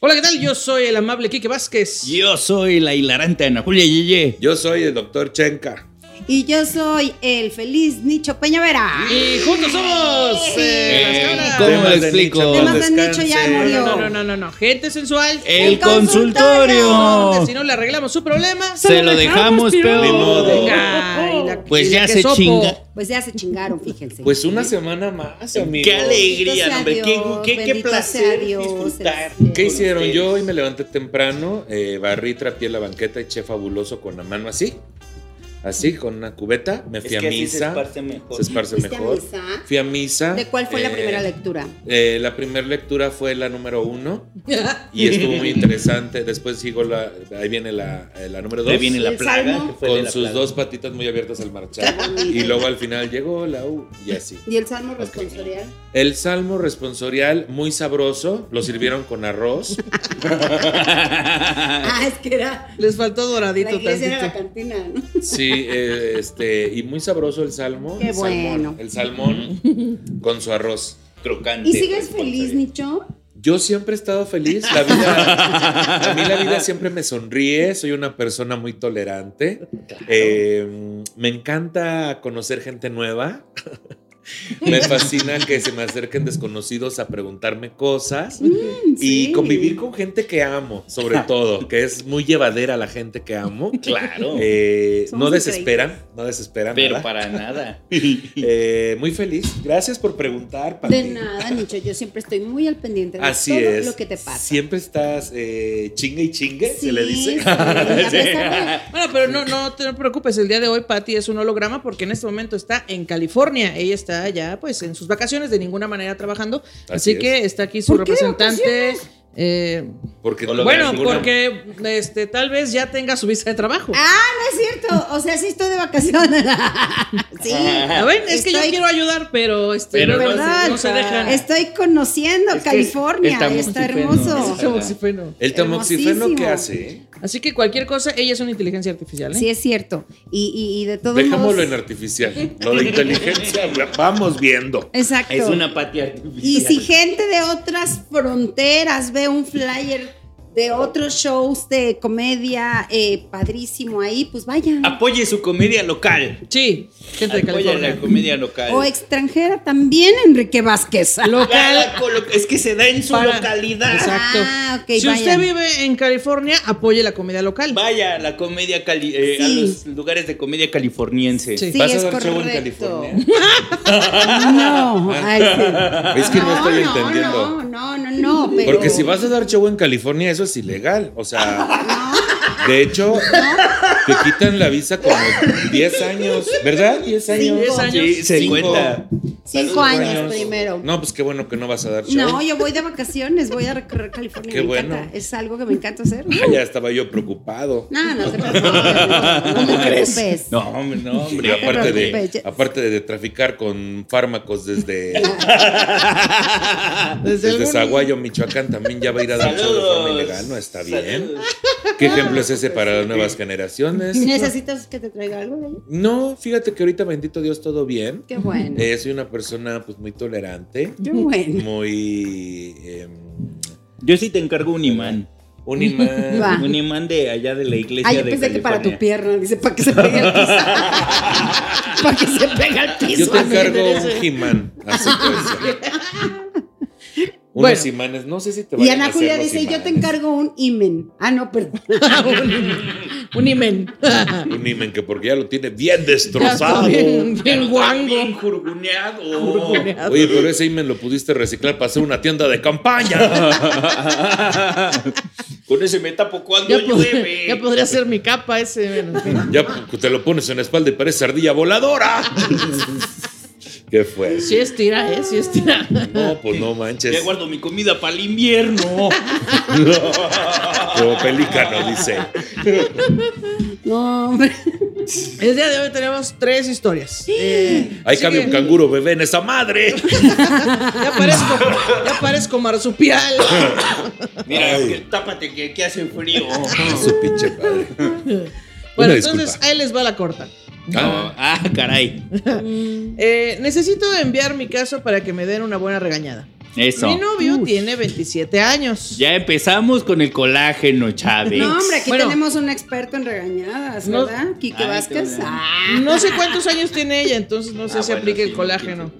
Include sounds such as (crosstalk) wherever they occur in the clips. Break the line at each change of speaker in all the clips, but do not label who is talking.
Hola, ¿qué tal? Yo soy el amable Quique Vázquez.
Yo soy la hilarante Ana Julia Yeye.
Yo soy el doctor Chenka.
Y yo soy el feliz Nicho Peñavera.
Y juntos somos eh, las cabras.
¿Cómo lo explico?
Temas de Nicho ya
No,
murió.
no, no, no, no, no. Gente sensual.
El,
El
consultorio.
consultorio.
Si no le arreglamos su problema,
Se lo dejamos,
pero-
peor.
Ni modo.
Ay, la-
Pues
y la
ya
que
se
sopo.
chinga.
Pues ya se chingaron, fíjense.
Pues una semana más, amigo.
Qué alegría,
sea
hombre. qué,
Dios,
qué- qué
bendito sea
placer
Dios,
disfrutar.
el cielo.
¿Qué
con
hicieron?
ustedes.
Yo hoy me levanté temprano, eh, barrí, trapié la banqueta, eché fabuloso con la mano así, así, con una cubeta, me
Es
fui
que
a
así se
misa,
esparce mejor.
se esparce
¿Fuiste a
mejor.
misa?
Fui a misa.
¿De cuál fue la
eh,
primera lectura?
eh, la primera lectura fue la número
(laughs)
uno y estuvo muy interesante. Después sigo la, ahí viene la, eh, la número dos.
Ahí viene la
¿El
plaga.
salmo?
que fue de
con
la
sus
plaga.
dos patitas muy abiertas al
(laughs)
marchar. y luego al final llegó la U y así.
¿Y el salmo responsorial?
El salmo responsorial, muy sabroso,
(laughs)
lo sirvieron con arroz.
Ah, es que era
Les faltó
la
doradito
iglesia era la
tantito.
cantina, ¿no?
Sí, eh, este, y muy sabroso el salmo.
Qué
el salmón,
bueno.
El salmón con su arroz.
Crocante.
¿Y sigues feliz,
responsable.
Nicho?
Yo siempre he estado feliz. La vida, a mí la vida siempre me sonríe. Soy una persona muy tolerante. Eh, me encanta conocer gente nueva. Me fascina que se me acerquen desconocidos a preguntarme cosas y
Mm, sí.
convivir con gente que amo, sobre todo, que es muy llevadera la gente que amo.
Claro.
Eh, no
Somos
desesperan, no desesperan.
Pero
¿verdad?
para nada.
Eh, muy feliz. Gracias por preguntar, Pati.
De nada, Nicho. Yo siempre estoy muy al pendiente de
Así
todo
es.
lo que te pasa.
Siempre estás eh, chingue y chingue,
Sí,
se le dice.
sí,
(laughs)
a pesar de-
Bueno, pero no, no te preocupes, el día de hoy Patty es un holograma porque en este momento está en California. Ella está ya pues en sus vacaciones, de ninguna manera trabajando. Así,
Así
que está aquí su
¿Por qué de
representante. eh,
Porque
Hola,
bueno,
ninguna-
porque este, tal vez ya tenga su visa de trabajo.
Ah, no es cierto. O sea, sí estoy de vacaciones. (laughs) sí.
Ah,
A ver, es que yo
Estoy-
quiero ayudar, pero, este,
Pero
no,
no
no se,
¿Verdad?
no se dejan.
Estoy conociendo
Es que
California.
el
está
tamoxifeno.
hermoso.
Es como si fue, no.
El tamoxifeno,
Hermosísimo.
¿qué hace? eh?
Así que cualquier cosa, ella es una inteligencia artificial. ¿eh?
Sí, es cierto. Y, y- y de todos
Dejémoslo
modos-
en artificial.
(laughs)
Lo de inteligencia, vamos viendo.
Exacto.
Es una patia artificial.
Y si gente de otras fronteras ve un flyer de otros shows de comedia eh, padrísimo ahí, pues vayan.
Ah,
Apoye su comedia local.
Sí, gente de
Apoya
California.
la comedia local.
O extranjera también, Enrique Vázquez.
Ah,
Cada colo- Es que se da en su
Para-
localidad.
Exacto.
Ah, (laughs) ok,
si
vayan.
usted vive en California, apoye la comida local.
Vaya a la comedia cali- eh, a
Sí.
los lugares de comedia californiense.
Sí.
Sí,
¿Vas a
es
dar show en
correcto.
California?
(laughs) No, ay, sí.
Es que no, estoy
no,
entendiendo.
No, no, no, no, pero-
Porque si vas a dar show en California, eso es ilegal. O sea,
(laughs)
de hecho, te quitan la visa como 10 años, ¿verdad? 10 años.
Cinco. 10
años.
Sí, se
Cinco.
cuenta.
Cinco
Saludos,
años
años.
primero.
No, pues qué bueno que no vas a dar show.
No, yo voy de vacaciones, voy a recorrer California.
Qué
me
bueno.
encanta. Es algo que me encanta hacer.
Ah, ya estaba yo preocupado.
No, no te preocupes. No te preocupes.
No, hombre, no,
Y
(laughs)
hombre.
aparte de,
preocupes, ya-
aparte de traficar con fármacos
(laughs)
desde,
Desde
desde
algún-
Zaguayo, Michoacán, también ya va a ir a dar show de forma
Saludos.
ilegal, no está bien.
Saludos. Ah,
¿Qué ejemplo es ese para las nuevas generaciones?
¿Necesitas que te traiga algo de ahí?
No, fíjate que ahorita, bendito Dios, todo bien.
Qué bueno.
Eh, soy una persona pues muy tolerante,
Qué bueno.
muy... eh,
Yo sí te encargo un imán.
un imán.
(laughs) Va.
Un imán de allá de la iglesia
Ay,
de
yo pensé que para tu
California.
pierna, dice, para que se pegue al piso. para que se pegue al piso.
Yo te
así.
encargo un imán. Así puede ser.
(laughs)
Unos
Bueno.
imanes, no sé si te
Y
vayan a
Ana
hacer
Julia
los
dice, yo te
(laughs)
imanes".
encargo un imen. Ah, no, perdón.
Un
(laughs)
imen.
Pues
Un imen que porque ya lo tiene bien
Ya está
destrozado.
bien, bien
Bien
guango.
jurguneado.
Oye, pero ese imen lo pudiste reciclar para hacer una tienda
(laughs)
de campaña.
Con ese me tapo cuando
Ya, pod-
llueve.
ya podría ser mi capa ese.
Ya te lo pones en la espalda y parece ardilla voladora. ¿Qué fue?
Si estira, ¿eh? Si estira.
No, pues no
Ya
manches.
guardo mi comida para el invierno.
(laughs) Como pelícano, dice.
No, hombre.
(laughs) El día de hoy tenemos tres historias. Eh,
Ahí
sigue-
cabe un canguro bebé en esa madre.
Ya parezco, ya parezco marsupial.
(laughs) Mira, que- tápate que aquí hace frío.
Su pinche padre.
Bueno,
Una
entonces
disculpa.
ahí les va la corta.
Ah,
Ah, caray.
Eh, necesito enviar mi caso para que me den una buena regañada.
Eso.
Mi novio tiene 27 años.
Ya empezamos con el colágeno, Chávez.
No, hombre, aquí
Bueno.
tenemos un experto en regañadas,
No-
¿verdad? Quique
Ay, te
Vázquez.
voy a-
Ah,
No sé cuántos años tiene ella, entonces no sé
Ah,
si
bueno,
aplica
sí,
el colágeno.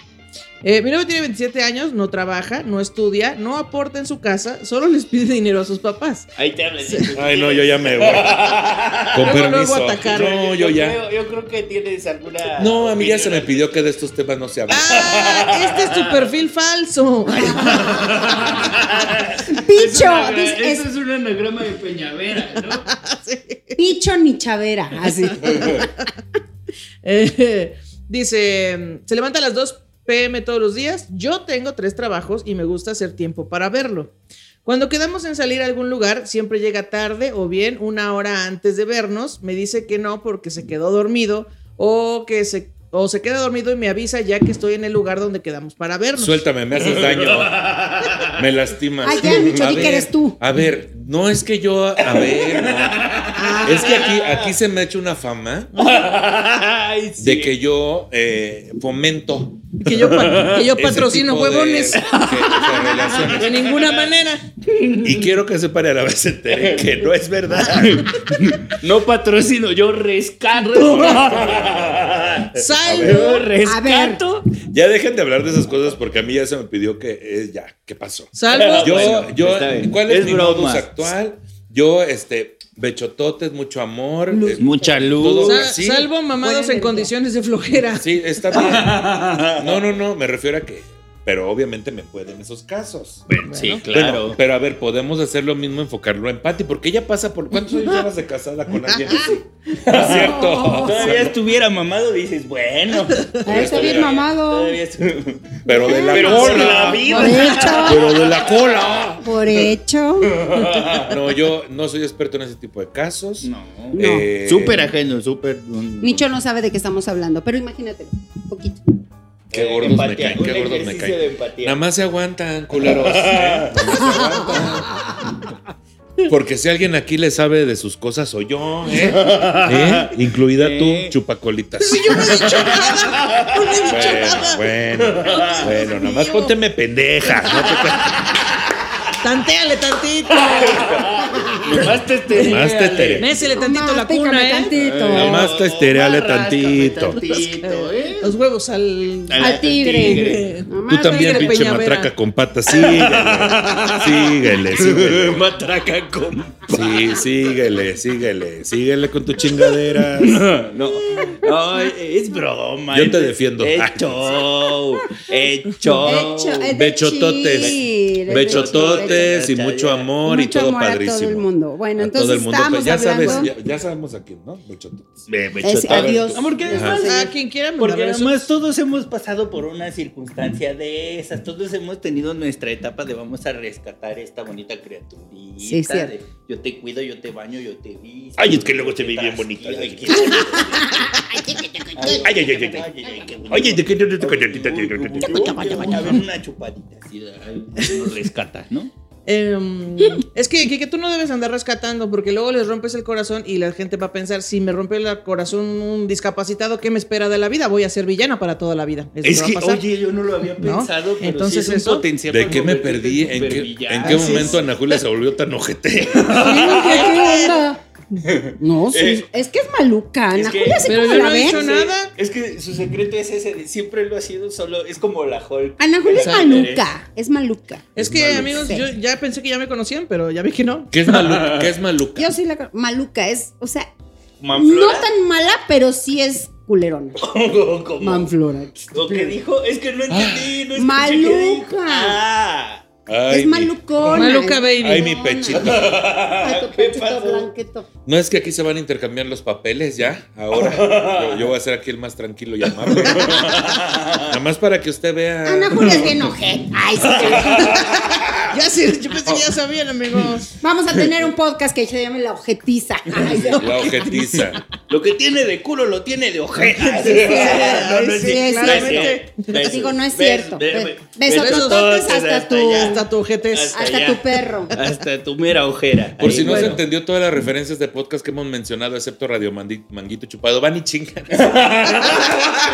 Eh, mi novio tiene 27 años, no trabaja, no estudia, no aporta en su casa, solo les pide dinero a sus
(laughs)
papás.
Ahí te hablan.
Ay, no, yo ya me voy. Con
Luego, luego
permiso.
atacar.
No, yo ya.
Creo, yo creo que tienes alguna.
No, a mí ya se me pidió que de estos temas no se hable.
¡Ah! Este es tu perfil falso.
Es
Picho,
una-
dice, es
Eso es un anagrama (laughs) de Peñavera, ¿no?
picho ni chavera.
(laughs)
Así.
Eh, (laughs) dice, se levanta a las 2 pm todos los días, yo tengo tres trabajos y me gusta hacer tiempo para verlo. Cuando quedamos en salir a algún lugar, siempre llega tarde o bien una hora antes de vernos, me dice que no porque se quedó dormido o que se, o se queda dormido y me avisa ya que estoy en el lugar donde quedamos para vernos.
Suéltame, me haces daño. Me lastimas.
Ay, ya, Micho,
A
di que
ver,
eres tú.
A ver, no es que yo. A ver,
Ah.
no. Es que aquí, aquí se me ha hecho una fama
Ay, sí.
de que yo eh, fomento.
Que yo, pa- que yo
(laughs) ese
patrocino
tipo de- (laughs)
huevones.
que- de
(laughs)
relaciones.
De ninguna manera.
Y quiero que sepan y a la vez se enteren que no es
(laughs)
verdad.
No patrocino, yo rescato. (laughs) yo
Saldo.
rescato.
Ya dejen de hablar de esas cosas porque a mí ya se me pidió que eh, ya, ¿qué pasó?
Salvo.
Yo,
Ah, Bueno,
yo,
está bien.
¿cuál es,
Es
mi
broma.
modus actual? Yo, este, bechototes, mucho amor. eh,
Mucha
todo
luz.
Sa-
así.
salvo mamados en condiciones de flojera.
Sí, está
(laughs)
bien. No, no, no, me refiero a que, pero obviamente me pueden esos casos.
Sí,
Bueno,
claro.
pero a ver, podemos hacer lo mismo, enfocarlo en Patty, porque ella pasa por cuántos años llevas de casada
(laughs)
con alguien así. ¿No es cierto?
Todavía estuviera mamado, dices, bueno.
Ahí está bien mamado.
Todavía estu-
Pero de la
Pero por la
cola.
Por
vida.
hecho.
Pero de la cola.
Por hecho.
(laughs) No, yo no soy experto en ese tipo de casos.
No.
Eh,
Súper ajeno, súper.
Micho no sabe de qué estamos hablando, pero imagínatelo.
(laughs)
Un poquito.
Qué
Eh,
gordos me
empatía,
caen, qué
un
gordos me
ejercicio
caen.
de empatía.
Nada más se aguantan, culeros. ¿eh? Nada más se aguantan. Porque si alguien aquí le sabe de sus cosas, soy yo, ¿eh? ¿Eh? Incluida
Sí.
tú, chupacolitas.
No le he dicho
Bueno,
nada.
bueno, bueno, nada más
mío.
pónteme pendeja. No
Tantéale tantito.
Nomás te
te más te tere-
Mésele tantito la
Pícame
cuna, ¿eh?
tantito.
Nada más te estereale tantito.
tantito, ¿eh?
Los huevos al.
Al-
Al tigre.
Tú también,
tigre
pinche
Peñavera.
matraca con patas. Síguele, síguele, síguele.
(laughs) Matraca con.
Sí, síguele, síguele, síguele con tu chingadera.
No, no, es broma.
Yo te defiendo.
Hecho, hecho.
Hecho, es de
Oh, Bechototes.
chile, es de chile.
Bechototes y mucho amor y
Mucho
todo
amor a todo el
padrísimo.
mundo. Bueno,
A todo
entonces
el mundo,
estábamos
pues ya sabes,
hablando-
ya, ya sabemos a quién, ¿no? Bechototes.
Es- adiós.
Amor, que además a quien quiera me
Porque
la beso.
además todos hemos pasado por una circunstancia de esas, todos hemos tenido nuestra etapa de vamos a rescatar esta bonita criaturita.
Sí, es cierto.
de yo te cuido, yo te baño, yo te visto.
Ay, es que luego se ve
te
bien
trasteo,
bonita.
ay, qué-
Ay, ay, ay, ay, ay. Oye, de que
A ver, una chupadita así, ay, nos rescata, ¿no?
Em, es que, que, que tú no debes andar rescatando porque luego les rompes el corazón y la gente va a pensar, si me rompe el corazón un discapacitado, ¿qué me espera de la vida? Voy a ser villana para toda la vida. Eso
Es
va a
que,
pasar.
oye, yo no lo había
¿No?
pensado, pero
Entonces
sí es
eso-
un potencial
¿De
para
qué me
convertirte
perdí?
en
¿En qué,
supervillano.
en qué
Así es.
momento Ana Julia se volvió tan ojete?
¿Qué
(laughs)
onda? No, sí.
Eh,
es que es maluca. Ana
es que-
Julia, ¿sí
pero
cómo
yo
la
no he
ves?
dicho nada.
Es que su secreto es ese, de siempre lo ha sido solo, es como la Hulk.
Ana Julia es
Exacto.
maluca. Es maluca.
Es que, amigos,
Sí.
yo ya pensé que ya me conocían, pero ya vi que no.
¿Qué es Maluca? ¿Qué es Maluca?
Yo sí la. Maluca es. O sea, No
¿Manflora? (laughs)
tan mala, pero sí es culerona.
¿Cómo? ¿Cómo?
Manflora. Ah.
¿O qué dijo? Es que no entendí. no escuché qué
Maluca.
dijo. Ah.
Ay,
Es
mi-
malucona.
Maluca
es-
Baby.
Ay, mi pechito.
Ay,
(laughs)
tu
¿Qué
pechito
pasó?
blanquito.
No es que aquí se van a intercambiar los papeles ya, ahora. Yo, yo voy a ser aquí el más tranquilo y amable. Nada más para que usted vea.
Ana Julia es bien ojete. Ay, sí.
(laughs)
Ya sí, yo pensé que ya sabían, amigos.
Vamos a tener un podcast que se llame La Objetiza. Ay, sí.
La ojetiza.
Lo que tiene de culo lo tiene de ojeras. (laughs)
Sí, sí,
No, no es
sí,
cierto.
sí,
No es cierto. Besos.
sí. Digo, no es
Besos,
cierto.
be-
Be-
besos
besototes hasta tu-
allá.
Hasta tu ojetes.
Hasta
Hasta
allá.
tu perro.
Ah,
Hasta tu mera ojera.
Por
Ahí,
si no se
bueno.
entendió todas las referencias de podcast que hemos mencionado, excepto Radio Mandi- Manguito Chupado, van y
(laughs)
chingan.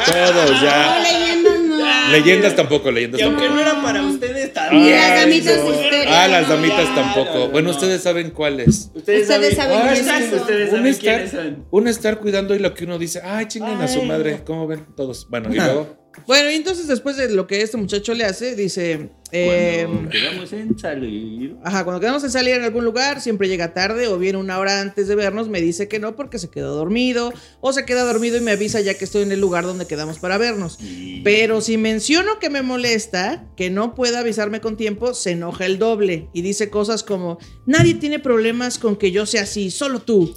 Todos
No,
pues ya.
leyendas no.
Leyendas tampoco, leyendas
Y aunque
tampoco.
no era para ustedes también.
Y las damitas
no.
ustedes.
Ah, las damitas
Claro,
tampoco. Bueno,
no.
ustedes saben cuáles.
Ustedes,
Ustedes saben
Ah,
quiénes
es
son.
que
Ustedes
uno
saben
estar,
quiénes son.
uno estar cuidando y lo que uno dice, ay, chingan a su
Ay,
madre.
no.
¿Cómo ven todos? Bueno, y luego.
Bueno, y entonces después de lo que este muchacho le hace, dice. eh,
Cuando quedamos en salir.
Ajá, cuando quedamos en salir en algún lugar, siempre llega tarde o bien una hora antes de vernos, me dice que no porque se quedó dormido o se queda dormido y me avisa ya que estoy en el lugar donde quedamos para vernos. Pero si menciono que me molesta, que no pueda avisarme con tiempo, se enoja el doble y dice cosas como, nadie tiene problemas con que yo sea así, solo tú.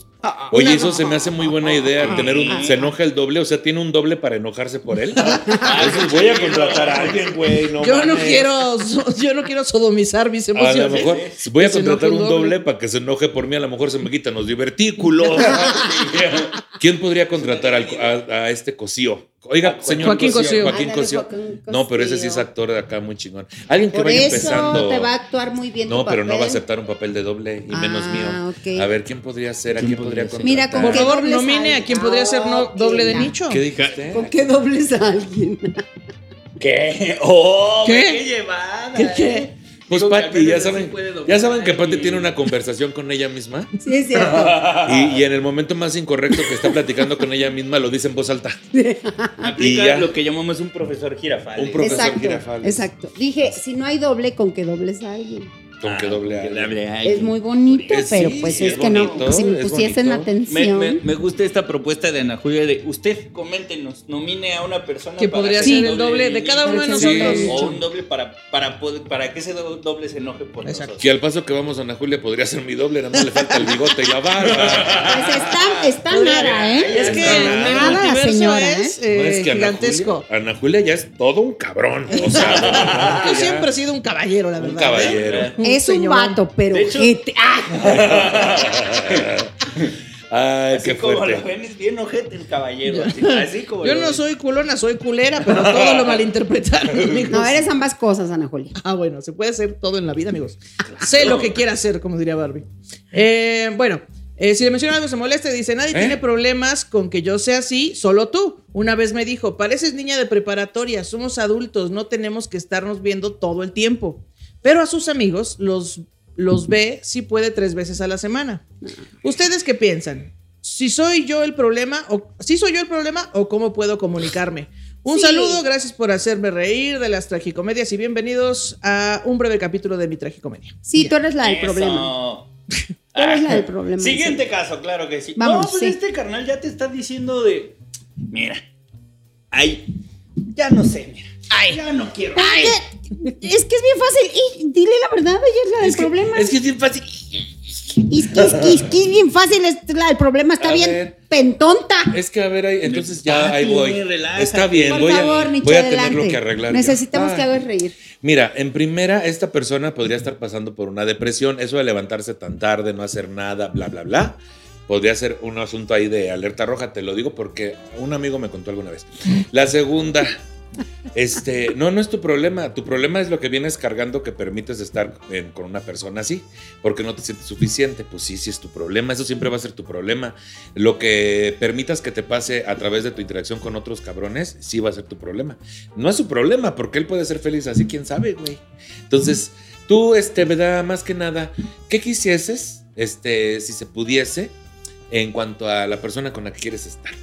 Oye, eso se me hace muy buena idea, tener un, se enoja el doble, o sea, tiene un doble para enojarse por él. Eso, voy a contratar a alguien, güey, no
yo, no
mames.
quiero, (laughs) so- yo no quiero sodomizar mis
A
emociones.
lo mejor voy a
Que se enoje
contratar
el
un doble.
doble.
para que se enoje por mí, a lo mejor se me quitan los divertículos.
(laughs)
¿Quién podría contratar al- a, a este Cosío? Oiga, señor
Joaquín Cosío.
Joaquín
Ah, Ándale,
Cosío.
Joaquín
No, pero ese sí es
Cosío.
actor de acá muy chingón. Alguien que
Por
vaya
eso
empezando.
te va a actuar muy bien.
no,
tu
pero no va a
papel.
aceptar un papel de doble y
Ah,
menos mío.
ok.
A ver, ¿quién podría ser? ¿A quién,
podría
podría
ser?
contratar?
Mira, con
Por
¿Qué
favor,
dobles
nomine
hay?
a quien podría ser no-
Ah, ok,
doble de
ya.
nicho.
¿Qué dijiste?
¿Con qué dobles a alguien?
¿Qué? ¡Oh!
¿Qué?
¿Qué? ¡Qué llevada!
¿Qué,
eh!
qué?
Pues
Digo que al
Patti,
menos
ya
así
saben,
puede doblar
ya saben que
y-
Patti tiene una conversación con ella
(laughs)
misma
Sí, es cierto.
y, y en el momento más incorrecto que está platicando con ella misma lo dice en voz alta. Y ya.
Aplica lo que llamamos un profesor jirafal.
Un profesor
Exacto,
Girafales.
exacto. Dije, si no hay doble, ¿con qué dobles a alguien?
Con
Ah,
Ah, que doble A.
Es muy bonito,
Eh, sí,
pero pues
sí,
es,
es
que
bonito,
no. Si me
es
pusiesen
bonito.
Me,
atención.
me- me gusta esta propuesta de Ana Julia de usted coméntenos, nomine a una persona
Que
para
podría
hacer
ser el doble de cada uno de
nosotros.
O un doble para, para, poder- para que ese do- doble se enoje por
Exacto.
Que
nosotros.
al paso que vamos a Ana Julia podría ser mi doble, nada más le falta el bigote y la barba.
Pues está, está nada, ¿eh?
Es que
Está
el
nada,
multiverso
señora, ¿eh?
es,
(laughs) No,
eh,
es que Ana
gigantesco. (laughs)
Julia, Ana Julia ya es todo un cabrón. O sea,
(laughs)
de verdad
Yo
que Ah, ya- (laughs)
siempre he sido un caballero, la
Un
verdad.
caballero.
Es un
señorón.
vato, pero
De hecho-
gente. ¡Ah!
Ay,
Así
qué
como lo
fuerte.
ven, es bien ojete el caballero. Así, así como
Yo
lo
no
ven.
soy culona, soy culera, pero todo
(laughs)
lo malinterpretaron, amigos.
(laughs) No, eres ambas cosas, Ana Julia.
Ah, bueno, se puede hacer todo en la vida, amigos. Sé lo que quiera hacer, como diría Barbie. Eh, bueno, eh, si le menciono algo se molesta, dice, nadie
¿Eh?
tiene problemas con que yo sea así, solo tú. Una vez me dijo, pareces niña de preparatoria, somos adultos, no tenemos que estarnos viendo todo el tiempo. Pero a sus amigos los, los ve si puede tres veces a la semana. ¿Ustedes qué piensan? Si soy yo el problema o si soy yo el problema o cómo puedo comunicarme. Un
Sí.
saludo, gracias por hacerme reír de las tragicomedias y bienvenidos a un breve capítulo de mi tragicomedia.
Sí,
Ya.
tú eres la del
Eso.
problema. Tú
Ah.
eres la del problema.
Siguiente caso, claro que sí.
Vamos,
no, pues
sí.
este carnal ya te está diciendo de. Mira, ay, ya no sé, mira. Ay, ya no quiero.
Ay, Es que es bien fácil. Y dile la verdad, ella es la del problema.
Es que es bien fácil.
Y es que, es que- es que es bien fácil, es la del problema. Está
A
bien
ver.
pentonta.
Es que a ver, ahí, entonces ya ahí
Pati,
voy.
relájate.
Está bien,
Por
voy,
favor,
a,
Nicho,
voy a
adelante.
tenerlo que arreglar. yo.
Necesitamos que
Ay.
hagas reír.
Mira, en primera, esta persona podría estar pasando por una depresión, eso de levantarse tan tarde, no hacer nada, bla, bla, bla. Podría ser un asunto ahí de alerta roja, te lo digo porque un amigo me contó alguna vez. La segunda, este, no, no es tu problema, tu problema es lo que vienes cargando que permites estar en- con una persona así, porque no te sientes suficiente, pues sí, sí es tu problema, eso siempre va a ser tu problema. Lo que permitas que te pase a través de tu interacción con otros cabrones, sí va a ser tu problema. No es su problema, porque él puede ser feliz así, quién sabe, güey. Entonces, tú, este, ¿verdad? Más que nada, ¿qué quisieses, este, si se pudiese, en cuanto a la persona con la que quieres estar?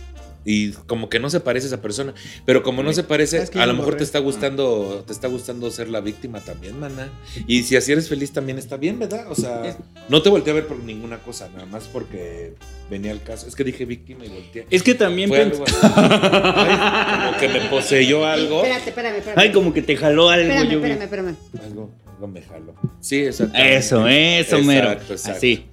y como que no se parece a esa persona, pero como no se parece,
Es que
a
yo
lo
lo
mejor
borré.
te está gustando, te está gustando ser la víctima también, maná. Y si así eres feliz también está bien, ¿verdad? O sea,
Es-
no te volteé a ver por ninguna cosa, nada más porque venía el caso. Es que dije víctima y volteé.
Es que también
Fue
pens-
algo así. Ay, (laughs) como que me poseyó algo.
Espérate, espérame, espérame.
Ay, como que te jaló algo.
espérame,
yo vi.
espérame, espérame.
Algo, algo me jaló. Sí, exactamente.
Eso, ¿eh? eso, mero.
Exacto, exacto.
Así.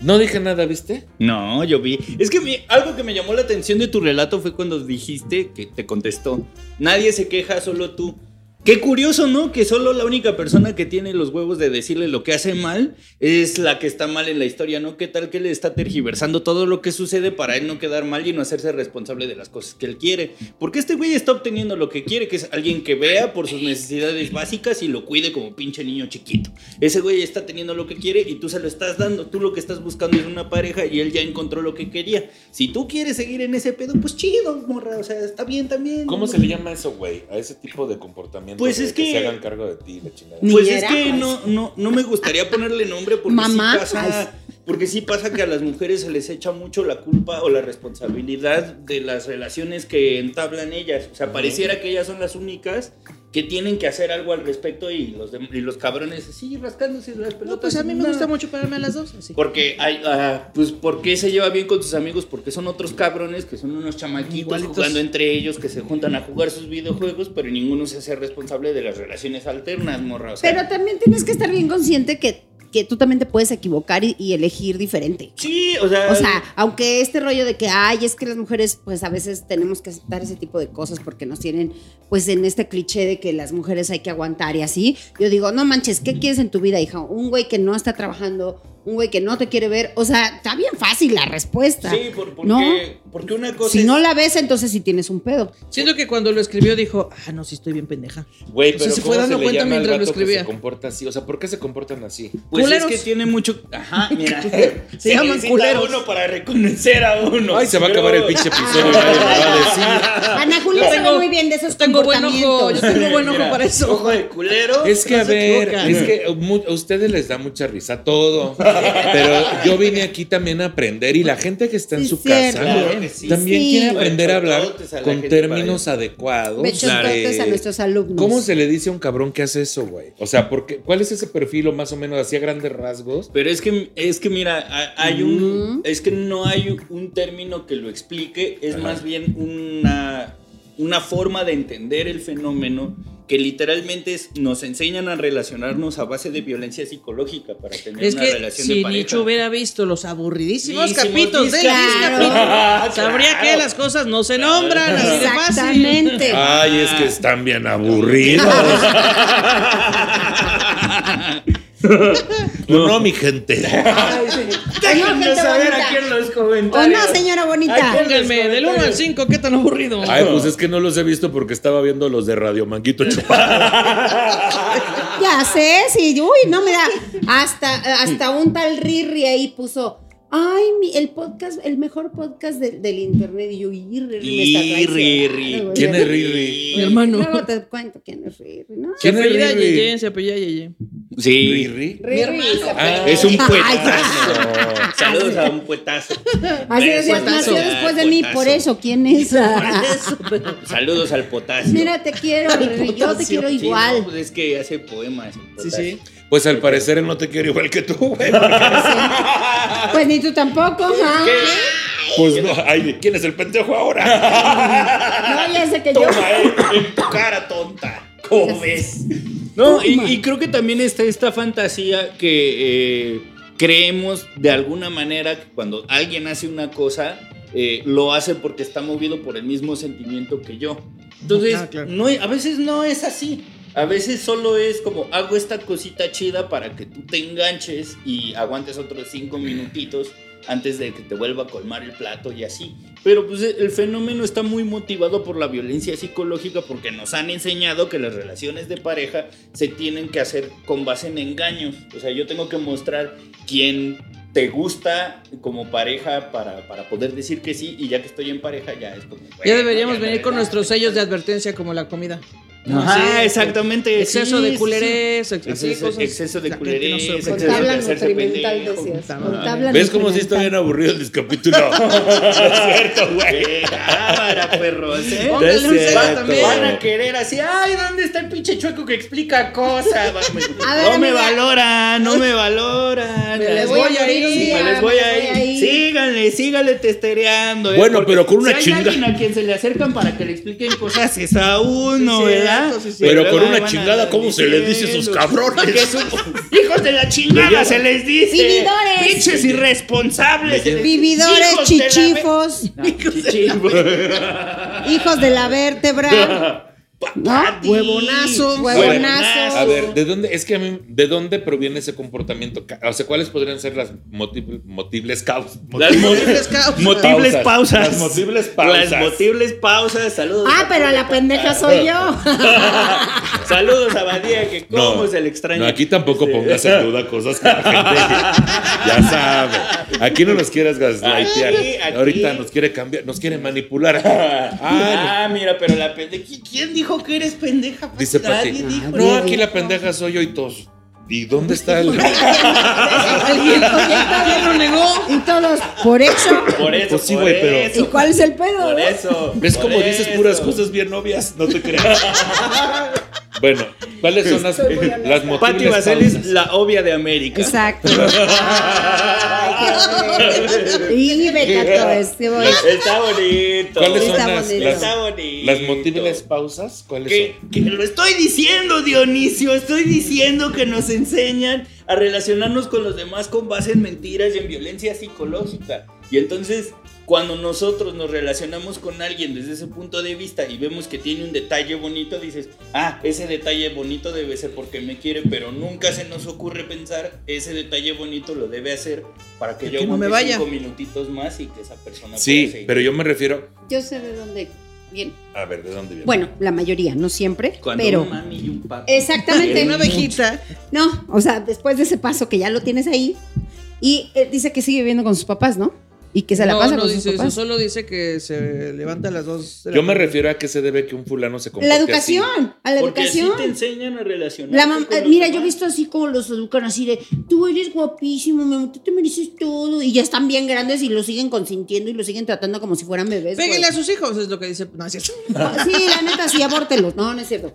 No dije nada, ¿viste?
No, yo vi. Es que mi- algo que me llamó la atención de tu relato fue cuando dijiste que te contestó. Nadie se queja, solo tú. Qué curioso, ¿no? Que solo la única persona que tiene los huevos de decirle lo que hace mal es la que está mal en la historia, ¿no? ¿Qué tal que le está tergiversando todo lo que sucede para él no quedar mal y no hacerse responsable de las cosas que él quiere? Porque este güey está obteniendo lo que quiere, que es alguien que vea por sus necesidades básicas y lo cuide como pinche niño chiquito. Ese güey está teniendo lo que quiere y tú se lo estás dando. Tú lo que estás buscando es una pareja y él ya encontró lo que quería. Si tú quieres seguir en ese pedo, pues chido, morra. O sea, está bien también.
¿Cómo se le llama eso, güey? A ese tipo de comportamiento.
Pues
de
es
que,
que-
se hagan cargo de ti, la chingada.
Ni
Pues es
era,
que
pues.
no, no, no me gustaría ponerle nombre porque
Mamá,
sí pasa.
pues.
Porque sí pasa que a las mujeres se les echa mucho la culpa o la responsabilidad de las relaciones que entablan ellas. O sea, pareciera que ellas son las únicas que tienen que hacer algo al respecto y los, dem- y los cabrones así rascándose las pelotas.
No, pues a mí me
No.
gusta mucho pegarme a las dos. Así.
Porque hay, ah, pues, ¿por qué se lleva bien con tus amigos? Porque son otros cabrones que son unos chamaquitos
Igualitos.
jugando entre ellos, que se juntan a jugar sus videojuegos, pero ninguno se hace responsable de las relaciones alternas, morra. O sea,
Pero también tienes que estar bien consciente que, que tú también te puedes equivocar y, y elegir diferente.
sí, o sea,
O sea, aunque este rollo de que, ay, es que las mujeres, pues a veces tenemos que aceptar ese tipo de cosas porque nos tienen, pues en este cliché de que las mujeres hay que aguantar y así. Yo digo, no manches,
Mm.
¿qué quieres en tu vida, hija? Un güey que no está trabajando, un güey que no te quiere ver. O sea, está bien fácil la respuesta.
sí, por- porque,
No.
porque una cosa
Si
es-
no la ves, entonces sí tienes un pedo.
Siento que cuando lo escribió dijo, ah, no, sí estoy bien pendeja.
Güey,
O
pero
sea, se fue
¿cómo
dando
le
cuenta
llama al
mientras lo
vato que
escribía.
se comporta así? O sea, ¿por qué se comportan así?
pues
culeros.
es que tiene mucho, ajá, mira, (laughs)
Se llaman
necesita
culeros.
uno para reconocer a uno.
Ay, se va a acabar el
Pero- (laughs)
pinche episodio y nadie me va a decir.
Ana Julia
Yo
sabe
tengo-
muy bien de esos
yo tengo buen
comportamientos.
ojo, yo tengo buen ojo
Mira,
para eso.
Ojo de culero.
Es que,
No
a
se
ver,
equivocan.
es que mu- a ustedes les da mucha risa todo. Pero yo vine aquí también a aprender y la gente que está en
Sí,
su
cierto.
casa
Claro que sí.
también
Sí.
quiere aprender a hablar
Bechototes a la
con
gente
términos
para
adecuados.
Bechos
Eh,
a nuestros alumnos.
¿Cómo se le dice a un cabrón que hace eso, güey? O sea, porque, ¿cuál es ese perfil o más o menos así a grandes rasgos?
Pero es que, es que mira, ha- hay un.
Mm.
Es que no hay un término que lo explique, es
Ajá.
más bien una, una forma de entender el fenómeno que literalmente es- nos enseñan a relacionarnos a base de violencia psicológica para tener
Es
una
que
relación
si
de pareja.
Nicho hubiera visto los aburridísimos
Dísimos
capítulos del
discapítulos. (laughs)
discapítulo, sabría
Claro.
que las cosas no se nombran así de fácil.
Exactamente.
Ay, es que están bien aburridos. no, no, mi gente.
Ay, sí. Déjenme
gente
saber
bonita.
aquí en los
¿O
comentarios.
no, señora
Ay,
bonita?
qué-
Pónganme del 1 al 5, qué tan aburrido.
(laughs) Ay, pues es que no los he visto porque estaba viendo los de Radio Manguito (laughs) Chupado.
Ya sé, sí. Uy, no, mira. Hasta, hasta un tal Riri ahí puso. Ay, mi- el podcast, el mejor podcast del- del internet. Y yo, y Riri me
Irri,
está
Irri.
traicionando,
¿Quién
güey.
es Riri?
Mi hermano.
Luego te cuento quién es Riri, ¿no?
Se
¿Quién es
apellida
Riri?
Yeye, se apellida Yeye.
Sí.
¿Riri?
Riri se
Ah,
apellida.
Es un
Ay,
puetazo. (laughs) Saludos a un puetazo.
Así
Besos,
decías, nació
puetazo.
después de mí, por eso,
(laughs)
¿quién es?
Saludos al potasio.
Mira, te quiero, Riri, yo te quiero
Sí, no,
igual.
pues es que hace poemas. el
Sí,
potasio.
sí.
Pues al parecer él no te quiere igual que tú, güey. (laughs)
Pues ni tú tampoco, ¿ah?
Pues no, ay, ¿quién es el pendejo ahora?
(laughs) No, ya sé que yo.
Toma, eh, en tu cara tonta. ¿Cómo ves? No, y, y creo que también está esta fantasía que eh, creemos de alguna manera que cuando alguien hace una cosa, eh, lo hace porque está movido por el mismo sentimiento que yo. Entonces,
Ah, claro.
no, a veces no es así. A veces solo es como hago esta cosita chida para que tú te enganches y aguantes otros cinco minutitos antes de que te vuelva a colmar el plato y así. Pero pues el fenómeno está muy motivado por la violencia psicológica porque nos han enseñado que las relaciones de pareja se tienen que hacer con base en engaños. O sea, yo tengo que mostrar quién te gusta como pareja para, para poder decir que sí y ya que estoy en pareja ya es como...
Ya
bueno,
deberíamos
ya
venir
la
con
verdad.
nuestros sellos de advertencia como la comida.
Ajá,
Sí.
exactamente.
Exceso
sí,
de
sí,
(laughs)
culerés,
sí.
ex- así
Exceso,
cosas.
exceso de
La gente no
culerés.
se
exceso
ofende.
de
Con tabla
hacerse
nutrimental,
pendejo.
decías,
puta
con
madre.
tabla
¿Ves cómo sí está
nutrimental.
bien aburrido el (laughs) capítulo? cierto, güey.
Eh, Cámara, perros, ¿eh?
No es
Póngale un sello
cierto.
también.
Van a querer así, ay, ¿dónde está el pinche chueco que explica cosas?
A ver,
no me
amiga.
valoran, no me valoran.
Me les
voy a ah,
voy a
morir un
ir.
Sí,
día.
me les voy a ir. Síganle, síganle testereando. ¿eh?
Bueno,
Porque
pero con una
si hay
chinga-
alguien a quien se le acercan para que le expliquen cosas es a uno,
Sí,
¿verdad?
cierto, sí, sí.
Pero
luego
con
ahí
una
van a
chingada,
andar
¿cómo se les dice a esos
diciendo
cabrones?
que son hijos de la chingada se les dice.
Vividores.
Pinches irresponsables. se les-
Vividores,
hijos de la ve-
chichifos,
Ah,
(laughs)
chichifos.
hijos de la vértebra.
(laughs)
¿No?
Pati.
Huevonazo.
Huevonazo.
Huevonazo.
A ver, ¿de dónde? Es que a mí, ¿de dónde proviene ese comportamiento? Ca- O sea, ¿cuáles podrían ser las motibles, motibles causas?
Las
Motibles causas.
Motibles pausas.
Las motibles pausas.
Las motibles pausas. Saludos.
Ah, pero la pendeja
(laughs)
soy yo.
Saludos a Badía, que
No,
cómo se le extraña.
No, aquí tampoco pongas en duda cosas que la
(laughs)
gente ya sabe. Aquí no nos quieras gaslightear.
Aquí, aquí.
Ahorita nos quiere cambiar, nos
(laughs)
quiere manipular. Ah,
Ah, mira, pero la pendeja. ¿Quién dijo que eres pendeja?
no.
Pati?
dice Pati.
Nadie dijo
No,
nada.
aquí la pendeja soy yo y todos. ¿Y dónde está el.?
¿Quién lo negó? Y todos, por eso.
Por eso,
Pues sí,
por
güey, pero-
eso.
¿Y cuál es el pedo?
Por eso.
¿Ves
por
como dices
eso.
puras cosas bien obvias? No te creas.
(laughs)
bueno, ¿cuáles son las,
Estoy muy honesta.
las
Pues,
motibles
Pati Vaselis,
causas?
la obvia de América.
Exacto. Ay, qué bueno. y Becato, este voy.
Está bonito.
¿Cuáles son
Está
las,
bonito.
las,
Está bonito.
las motibles pausas? ¿Cuáles
Que, que lo estoy diciendo, Dionisio. Estoy diciendo que nos enseñan a relacionarnos con los demás con base en mentiras y en violencia psicológica. Y entonces, cuando nosotros nos relacionamos con alguien desde ese punto de vista y vemos que tiene un detalle bonito, dices, ah, ese detalle bonito debe ser porque me quiere, pero nunca se nos ocurre pensar, ese detalle bonito lo debe hacer para que
Que
yo
no
aguante
me vaya.
cinco minutitos más y que esa persona pueda
son? Sí,
seguir.
pero yo me refiero.
Yo sé de dónde viene.
A ver, ¿de dónde viene?
Bueno, la mayoría, no siempre,
Cuando
pero
un mami y un papi. (laughs)
exactamente.
Una abejita.
No, o sea, después de ese paso que ya lo tienes ahí y eh, dice que sigue viviendo con sus papás, ¿no? Y que se la
No,
pasa
no
con
dice
sus
eso,
papás.
solo dice que se levanta a las dos. de la
yo me
tarde.
refiero a que se debe que un fulano se comporte
La
así.
educación, a la
Porque así
educación.
te enseñan a relacionar.
La mam- eh, mira, yo he visto así como los educan así de, tú eres guapísimo, mi amor, tú te mereces todo. Y ya están bien grandes y lo siguen consintiendo y lo siguen tratando como si fueran bebés. güey.
Péguenle a sus hijos, es lo que dice. No, es cierto.
Sí, la neta, sí, abórtelos. No, no es cierto.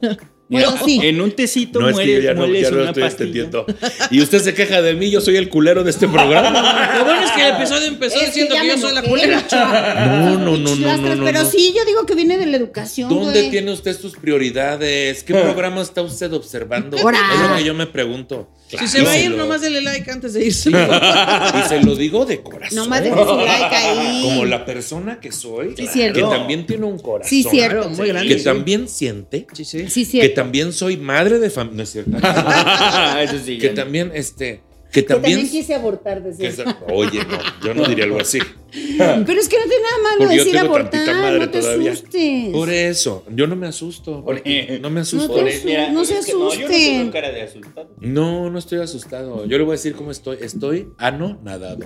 Bueno, sí.
En un tecito
No, es que yo
mueres,
ya no,
mueles
ya no lo
una
estoy
pastilla.
entendiendo. Y usted se queja de mí, yo soy el culero de
(laughs)
este programa.
Lo bueno es que el episodio empezó
Es que
diciendo
ya
que, yo
me
soy la
enojé,
culera. (laughs)
macho.
No, no, no, no,
Lastras,
no, no,
Pero
no.
sí, yo digo que viene de la educación.
¿Dónde
güey.
tiene usted sus prioridades? ¿Qué programa está usted observando?
Ahora.
Es lo que yo me pregunto.
Si se va a
Y
ir,
lo-
nomás dele like antes de
(laughs)
irse.
(laughs) Y se lo digo de corazón.
Nomás deje su
(laughs)
like ahí.
Como la persona que soy,
Sí, cierto.
que también tiene un corazón.
Sí, cierto.
Claro, muy
Que
grande.
(laughs)
también siente,
Sí, sí.
Sí,
que
cierto.
también soy madre de familia. No es cierto.
Ah, Eso sí,
que
ya.
también, este, que
Que también,
también.
quise abortar de
que sa- Oye, no, yo no diría algo así.
(laughs) Pero es que no tiene nada malo
Porque yo
decir
tengo
abortar,
tantita madre
no te
todavía.
asustes.
Por eso, yo no me asusto.
(laughs) e-, eh,
porque No me asusto.
te
pues.
No,
asustes. no se
es que no, yo no
asusten.
tengo cara de asustado.
no, estoy asustado. Yo le voy a decir cómo estoy. Estoy anonadado.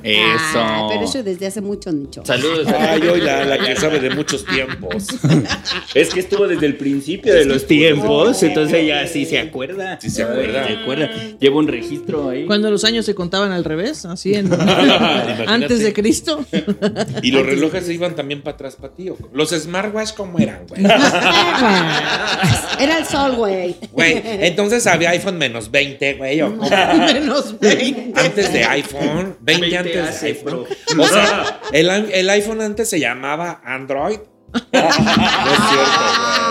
Ah, pero eso desde hace mucho, Nicho.
Saludos.
Ay, hoy la, la que sabe de muchos tiempos.
(laughs) Es que estuvo desde el principio de los tiempos,
No.
entonces ya sí se acuerda.
Sí se acuerda.
Se acuerda.
Ah.
Lleva un registro ahí.
Cuando los años se contaban al revés, así
(laughs)
en. antes de Cristo.
Y los relojes se iban también para atrás, para ti. ¿o cómo? Los smartwatch, ¿cómo eran, güey?
Ah, Era el sol, güey.
Güey, entonces había iPhone menos 20, güey. ¿o cómo?
(laughs) Menos 20.
Antes de iPhone, 20,
20
antes
hace,
de iPhone.
bro.
O sea, el, el iPhone antes se llamaba Android.
(laughs)
No es cierto,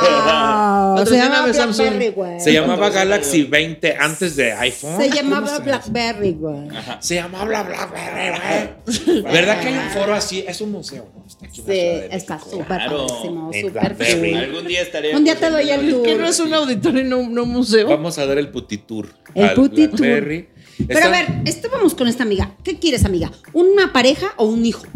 güey.
Ah,
Patrocíname
se llamaba
Samsung.
Blackberry, güey.
Se llamaba Galaxy 20 antes de iPhone.
Se llamaba Blackberry, güey.
Se llamaba bla bla bla bla, bla. ¿Verdad que hay un foro así? Es un museo, ¿no? Está aquí en la
Sí,
Ciudad de
está
México.
súper
Claro.
padísimo,
En
súper
Blackberry.
cool.
Algún día estaré.
Un día te doy el tour.
Que no Pues, es un auditorio, no, no un museo.
Vamos a dar el putitour.
El
al
puti tour.
Blackberry.
Pero a
Está-
ver, estábamos con esta amiga. ¿Qué quieres, amiga? ¿Una pareja o un hijo?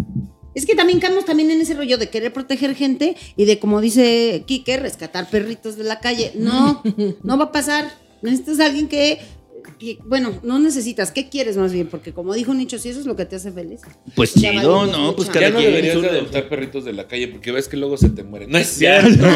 Es que también caemos también en ese rollo de querer proteger gente y de, como dice
(laughs)
Quique, rescatar perritos de la calle. No, no va a pasar. Necesitas a alguien que que- bueno, no necesitas, ¿qué quieres más bien? Porque como dijo Nicho, si eso es lo que te hace feliz.
Pues
Ya
chido,
valimos
¿no? Pues
mucho.
Ya
cada
no
quien
deberías
su-
de adoptar perritos de la calle porque ves que luego se te mueren. No es cierto.
(laughs)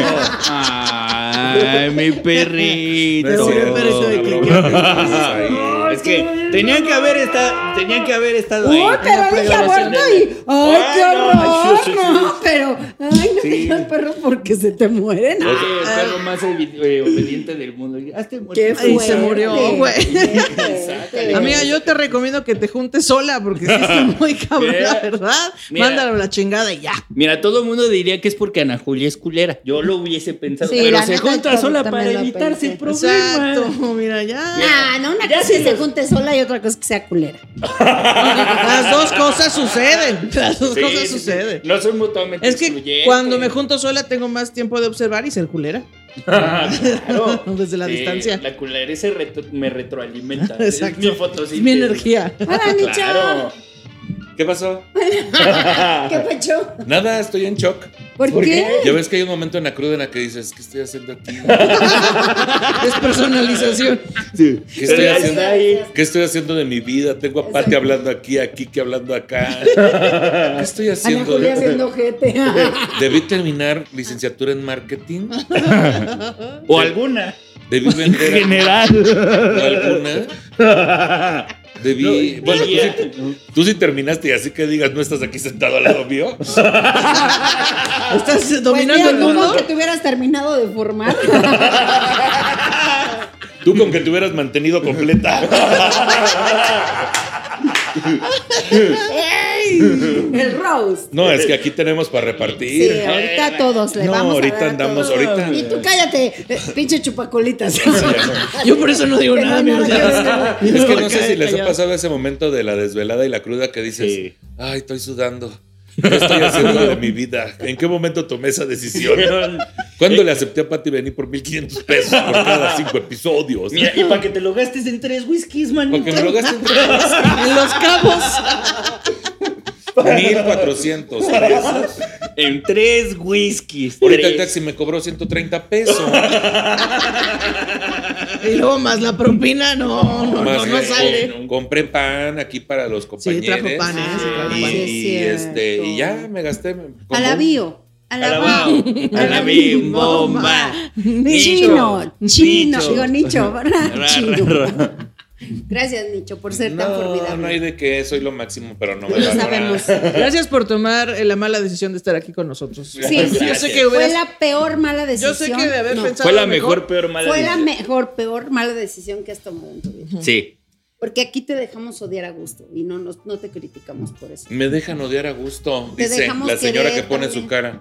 Ay, mi perrito.
No es
un perrito de calle.
una broma que dices ahí.
Es que tenía que haber estado, tenía que haber estado ahí.
¡Uy, pero dije aborto y. ¡Ay, qué
Ah,
horror!
no, (laughs) sí, sí,
No, pero. ¡Ay, no
Sí.
digas perros porque se te mueren!
Oye, el perro más obe- eh, obediente del mundo. Hazte muerto. (laughs)
¡Qué
Y se
fuerte!
murió, güey. (laughs)
Qué
Amiga, yo te recomiendo que te juntes sola porque sí está muy cabrón,
(laughs) Mira,
la verdad.
mira.
Mándalo a la chingada y ya.
Mira, todo el mundo diría que es porque Ana Julia es culera. Yo lo hubiese pensado.
Sí,
pero
la
se
neta,
junta
yo
sola
también
para
lo
evitarse
pensé.
problemas.
Exacto, mira, ya.
Ah, no, una cosa es que se junte sola y otra cosa es que sea culera.
Las dos cosas suceden. Las dos
Sí, sí,
cosas
sí.
suceden.
No son mutuamente
Es que
excluyentes.
cuando me junto sola tengo más tiempo de observar y ser culera.
Claro.
Desde la
Sí,
distancia.
La culereza retro- me retroalimenta.
Exacto.
Es mi fotosíntesis.
Mi energía.
¡Hola, Nicho!
Claro.
¿Qué pasó?
¿Qué pecho?
Nada, estoy en shock.
¿Por, qué?
Ya ves que hay un momento en la cruda en la que dices, ¿qué estoy haciendo aquí?
Es personalización.
¿Qué estoy
Ahí
haciendo?
está ahí.
¿Qué estoy haciendo de mi vida? Tengo a Pati hablando aquí, a Kiki hablando acá. ¿Qué estoy
Ana
haciendo?
Julia haciendo Pues, gente.
Debí terminar licenciatura en marketing.
O alguna.
Debí vender
General.
alguna. Debí.
pues,
bueno, tú sí, tú sí terminaste y así que digas, no estás aquí sentado al lado mío.
Estás
Pues
dominando
mira,
el
como
mundo.
que te hubieras terminado de formar.
Tú con que te hubieras mantenido completa.
El Rose.
No, es que aquí tenemos para repartir.
Sí, ahorita a todos le
No,
vamos a
ahorita
dar a
andamos,
todos.
ahorita.
Y tú cállate, eh, pinche chupacolitas.
Yo por eso no digo
(laughs) Que no
nada,
hay
mira, ya.
nada que ver.
Es que no
Cae
sé si les ha
callado.
pasado ese momento de la desvelada y la cruda que dices,
Sí.
ay, estoy sudando. ¿Qué estoy haciendo de mi vida? ¿En qué momento tomé esa decisión? ¿Cuándo le acepté a Pati venir por 1500 pesos por cada cinco episodios?
Mira, y para que te lo gastes en tres whiskies, man.
Porque me lo gasté en
En los cabos.
1400 pesos.
En tres whiskies.
Ahorita el
Tres.
taxi me cobró 130 pesos.
Y luego más la propina, no, no, no,
Más
no
que-
sale.
com- compré pan aquí para los
Sí,
compañeros.
trajo pan, ¿eh? Sí,
Ah,
trajo
Y,
pan.
sí, es
y este,
cierto.
y ya me gasté. me
A
compré
la
un-
bio. A
A la
la bio.
Bau, a la bim bomba.
Chino, chino.
Nicho.
Digo, Nicho, ¿verdad? Chino.
Ra, ra, ra.
Gracias, Nicho, por ser tan
No,
formidable.
no hay de que soy lo máximo, pero no me
Lo
valoran.
sabemos.
Gracias por tomar eh, la mala decisión de estar aquí con nosotros.
Sí,
yo sé que
Fue
hubieras-
la peor mala
yo
decisión.
sé que de haber
No.
pensado
Fue la
lo
mejor, peor, mala.
Fue la
decisión.
mejor, peor mala decisión que has tomado en tu vida.
Sí.
Porque aquí te dejamos odiar a gusto y no, nos, no te criticamos por
(laughs)
eso.
Me dejan odiar a gusto,
Te
dice
dejamos
la señora que
querer
pone
también.
su cara.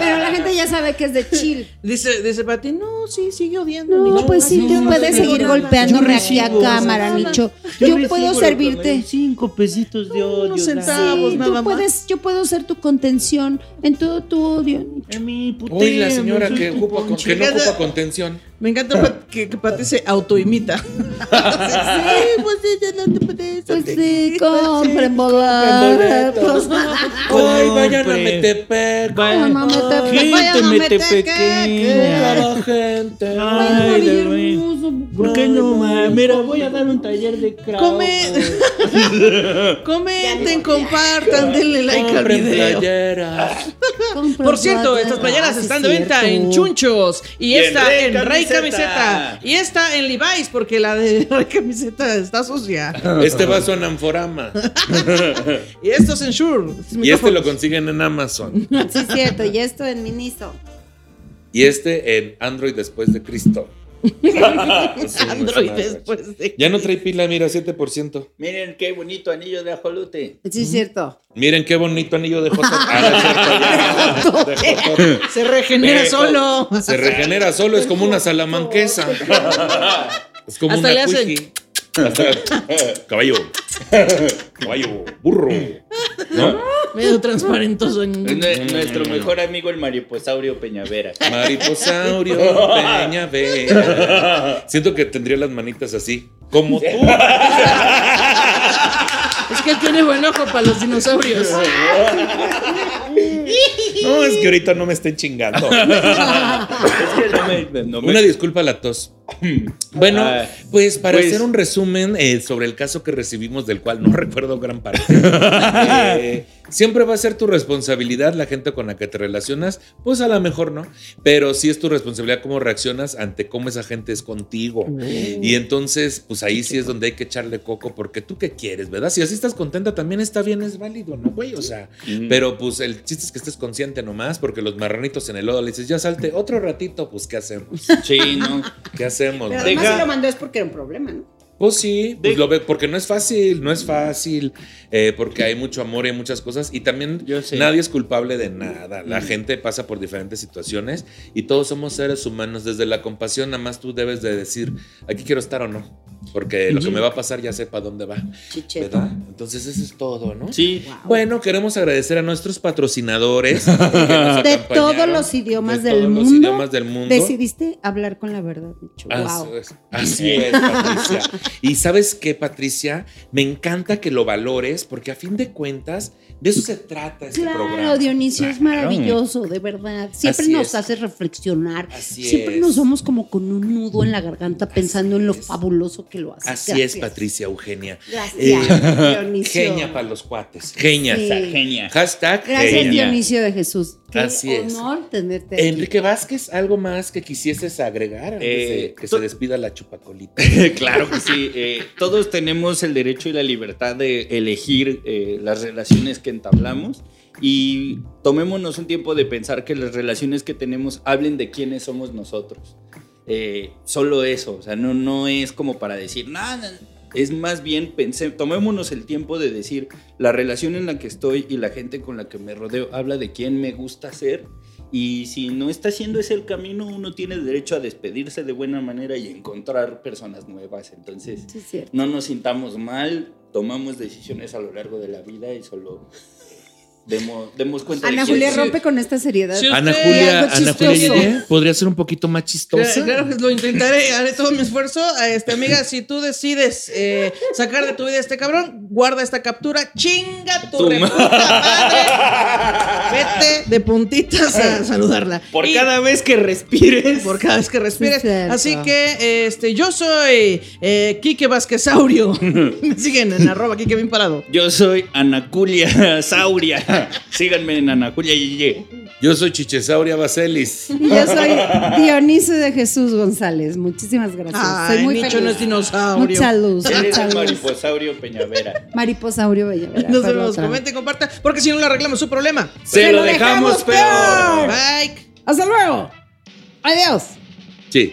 Pero la gente ya sabe que es de chill.
Dice, dice Pati, no, sí, sigue odiando.
No,
Nicho.
pues sí,
No,
tú
no,
puedes
no,
seguir
no,
golpeándome
yo
aquí a
recibo,
cámara,
no, no,
Nicho.
Yo
Yo
recibo
puedo
lo que me-
servirte.
Cinco pesitos de odio.
unos
da.
centavos,
Sí,
nada
tú
más.
puedes, yo puedo ser tu contención en todo tu odio.
A mí, putea,
Uy, la señora
soy
que,
tu
ocupa con-
ponche.
que no
Fíjate.
ocupa contención.
Me encanta Pat- que, que Pati se autoimita. sí, pues sí, ya no te puedes.
Pues sí, compren boletos. (laughs)
Ay, vayan a
Compre.
Metepec.
Vayan.
No, no te-
Gente
vayan a meter
metepequeña.
Toda la gente.
Ay,
Ay,
de güey.
hermoso.
¿Por qué no, ma? Mira, voy a dar un taller de crowd.
Come- Comenten, compartan, denle like al
Compren
video.
playeras.
Compren
Por cierto,
boletos.
estas playeras
Ah, sí,
están de
cierto.
venta en Chunchos y,
Y en
esta
Rey
en Rey Camiseta.
Camiseta.
y esta en Levi's porque la de Rey Camiseta está sucia.
Este vaso en
(laughs)
Anforama.
Y estos en Shure.
Y este lo consiguen en Amazon.
Sí, es cierto. Y esto en Miniso.
Y este en Android después de Cristo. Sí,
Android
no es nada.
después de
Ya no trae pila, mira, 7%.
Miren qué bonito anillo de ajolote.
Sí, es cierto.
Miren qué bonito anillo de Jota.
(laughs)
Ah, no es cierto, ya. De Joto.
se regenera
Eh,
solo.
Se regenera solo, es como una salamanquesa. Es como
Hasta
una
le hacen-
cuiji. Hasta- Caballo. Caballo. Burro. ¿No?
Medio transparentoso.
Es
en-
nue- nuestro mejor amigo el mariposaurio
(laughs)
Peñavera.
Mariposaurio, peña Vera. Siento que tendría las manitas así. Como tú.
Es que él tiene buen ojo para los dinosaurios.
No, es que ahorita no me estén chingando.
Es que no me. no me-
Una disculpa a la tos. Bueno,
Ay.
pues para
Pues-
hacer un resumen eh, sobre el caso que recibimos, del cual no (laughs) recuerdo gran parte, (laughs) eh, siempre va a ser tu responsabilidad la gente con la que te relacionas, pues a lo mejor no, pero sí es tu responsabilidad cómo reaccionas ante cómo esa gente es contigo. Y entonces, pues ahí sí es donde hay que echarle coco, porque tú qué quieres, ¿verdad? Si así estás contenta, también está bien, es válido, ¿no, güey? O sea,
Mm.
pero pues el chiste es que estés consciente nomás, porque los marranitos en el lodo le dices, ya salte otro ratito, pues ¿qué hacemos?
Sí, no.
¿Qué hacemos?
Pero
no?
además
Deja-
si lo mandó es porque era un problema, ¿no?
Pues sí, pues
De-
lo ve, porque no es fácil, no es fácil, eh, porque hay mucho amor y hay muchas cosas, y también
Yo sé. Mm.
nadie es culpable de nada, la gente pasa por diferentes situaciones y todos somos seres humanos, desde la compasión nada más tú debes de decir, aquí quiero estar o no, porque lo que me va a pasar ya sepa dónde va,
Chicheto.
¿verdad? Entonces eso es todo, ¿no?
Sí.
Wow.
Bueno, queremos agradecer a
(laughs)
nuestros patrocinadores que nos
de
acompañaron,
todos los idiomas
de
del
todos los
mundo,
idiomas del mundo.
Decidiste hablar con la verdad, Micho.
Así
Wow.
es, así (laughs) es, Patricia. Y sabes qué, Patricia, me encanta que lo valores porque a fin de cuentas de eso se trata este
Claro,
programa.
Dionisio, es
Claro.
maravilloso, de verdad. Siempre
Así
nos
es.
hace reflexionar.
Así
Siempre
es.
nos vamos como con un nudo en la garganta pensando en lo
es.
fabuloso que lo hace.
Así es,
Gracias.
Patricia Eugenia.
Gracias,
(laughs)
Dionisio.
Genia para los cuates. Genia.
Sí.
Genia.
Hashtag
Gracias,
genia.
Dionisio de Jesús. Qué
Así es.
honor tenerte aquí.
Enrique Vázquez, ¿algo más que quisieses agregar antes
Eh,
de que
to-
se despida la chupacolita?
(laughs) claro que sí. eh, todos tenemos el derecho y la libertad de elegir eh, las relaciones que entablamos y tomémonos un tiempo de pensar que las relaciones que tenemos hablen de quiénes somos nosotros. Eh, solo eso, o sea, no, no es como para decir nada. Es más bien, pense, tomémonos el tiempo de decir la relación en la que estoy y la gente con la que me rodeo habla de quién me gusta ser y si no está siendo ese el camino, uno tiene derecho a despedirse de buena manera y encontrar personas nuevas. Entonces,
Sí, es cierto.
no nos sintamos mal, tomamos decisiones a lo largo de la vida y solo demos, demos cuenta
Ana
de
Julia
quién-
rompe con esta seriedad.
Sí,
Ana
usted,
Julia,
algo
Ana Julia
chistoso.
Yeye, podría ser un poquito más
Cla-
chistosa.
Eh, Claro, que lo intentaré, haré todo mi esfuerzo. A Este, amiga, si tú decides eh, sacar de tu vida a este cabrón, guarda esta captura, chinga tu
Tu ma-
reputa
(laughs)
madre. Vete de puntitas a saludarla.
Por
Y-
cada vez que respires.
por cada vez que respires.
Sí, cierto.
Así que este, yo soy eh, Quique Vasquezaurio.
(laughs)
Me siguen en arroba Quique bien parado.
Yo soy Anaculia (laughs) Sauria. Síganme en Anaculia Yeye.
Yo soy Chichesauria Baselis.
Y yo soy Dionisio de Jesús González. Muchísimas gracias.
Ay,
soy muy
Micho no
feliz.
es dinosaurio.
Mucha luz,
Eres
mucha
el
luz.
mariposaurio Peñavera.
Mariposaurio Bellavera.
Nos
fue la
vemos,
otra.
comenten, compartan, porque si no lo arreglamos su problema.
Se
lo dejamos peor.
Bye.
Hasta luego. Adiós.
Sí.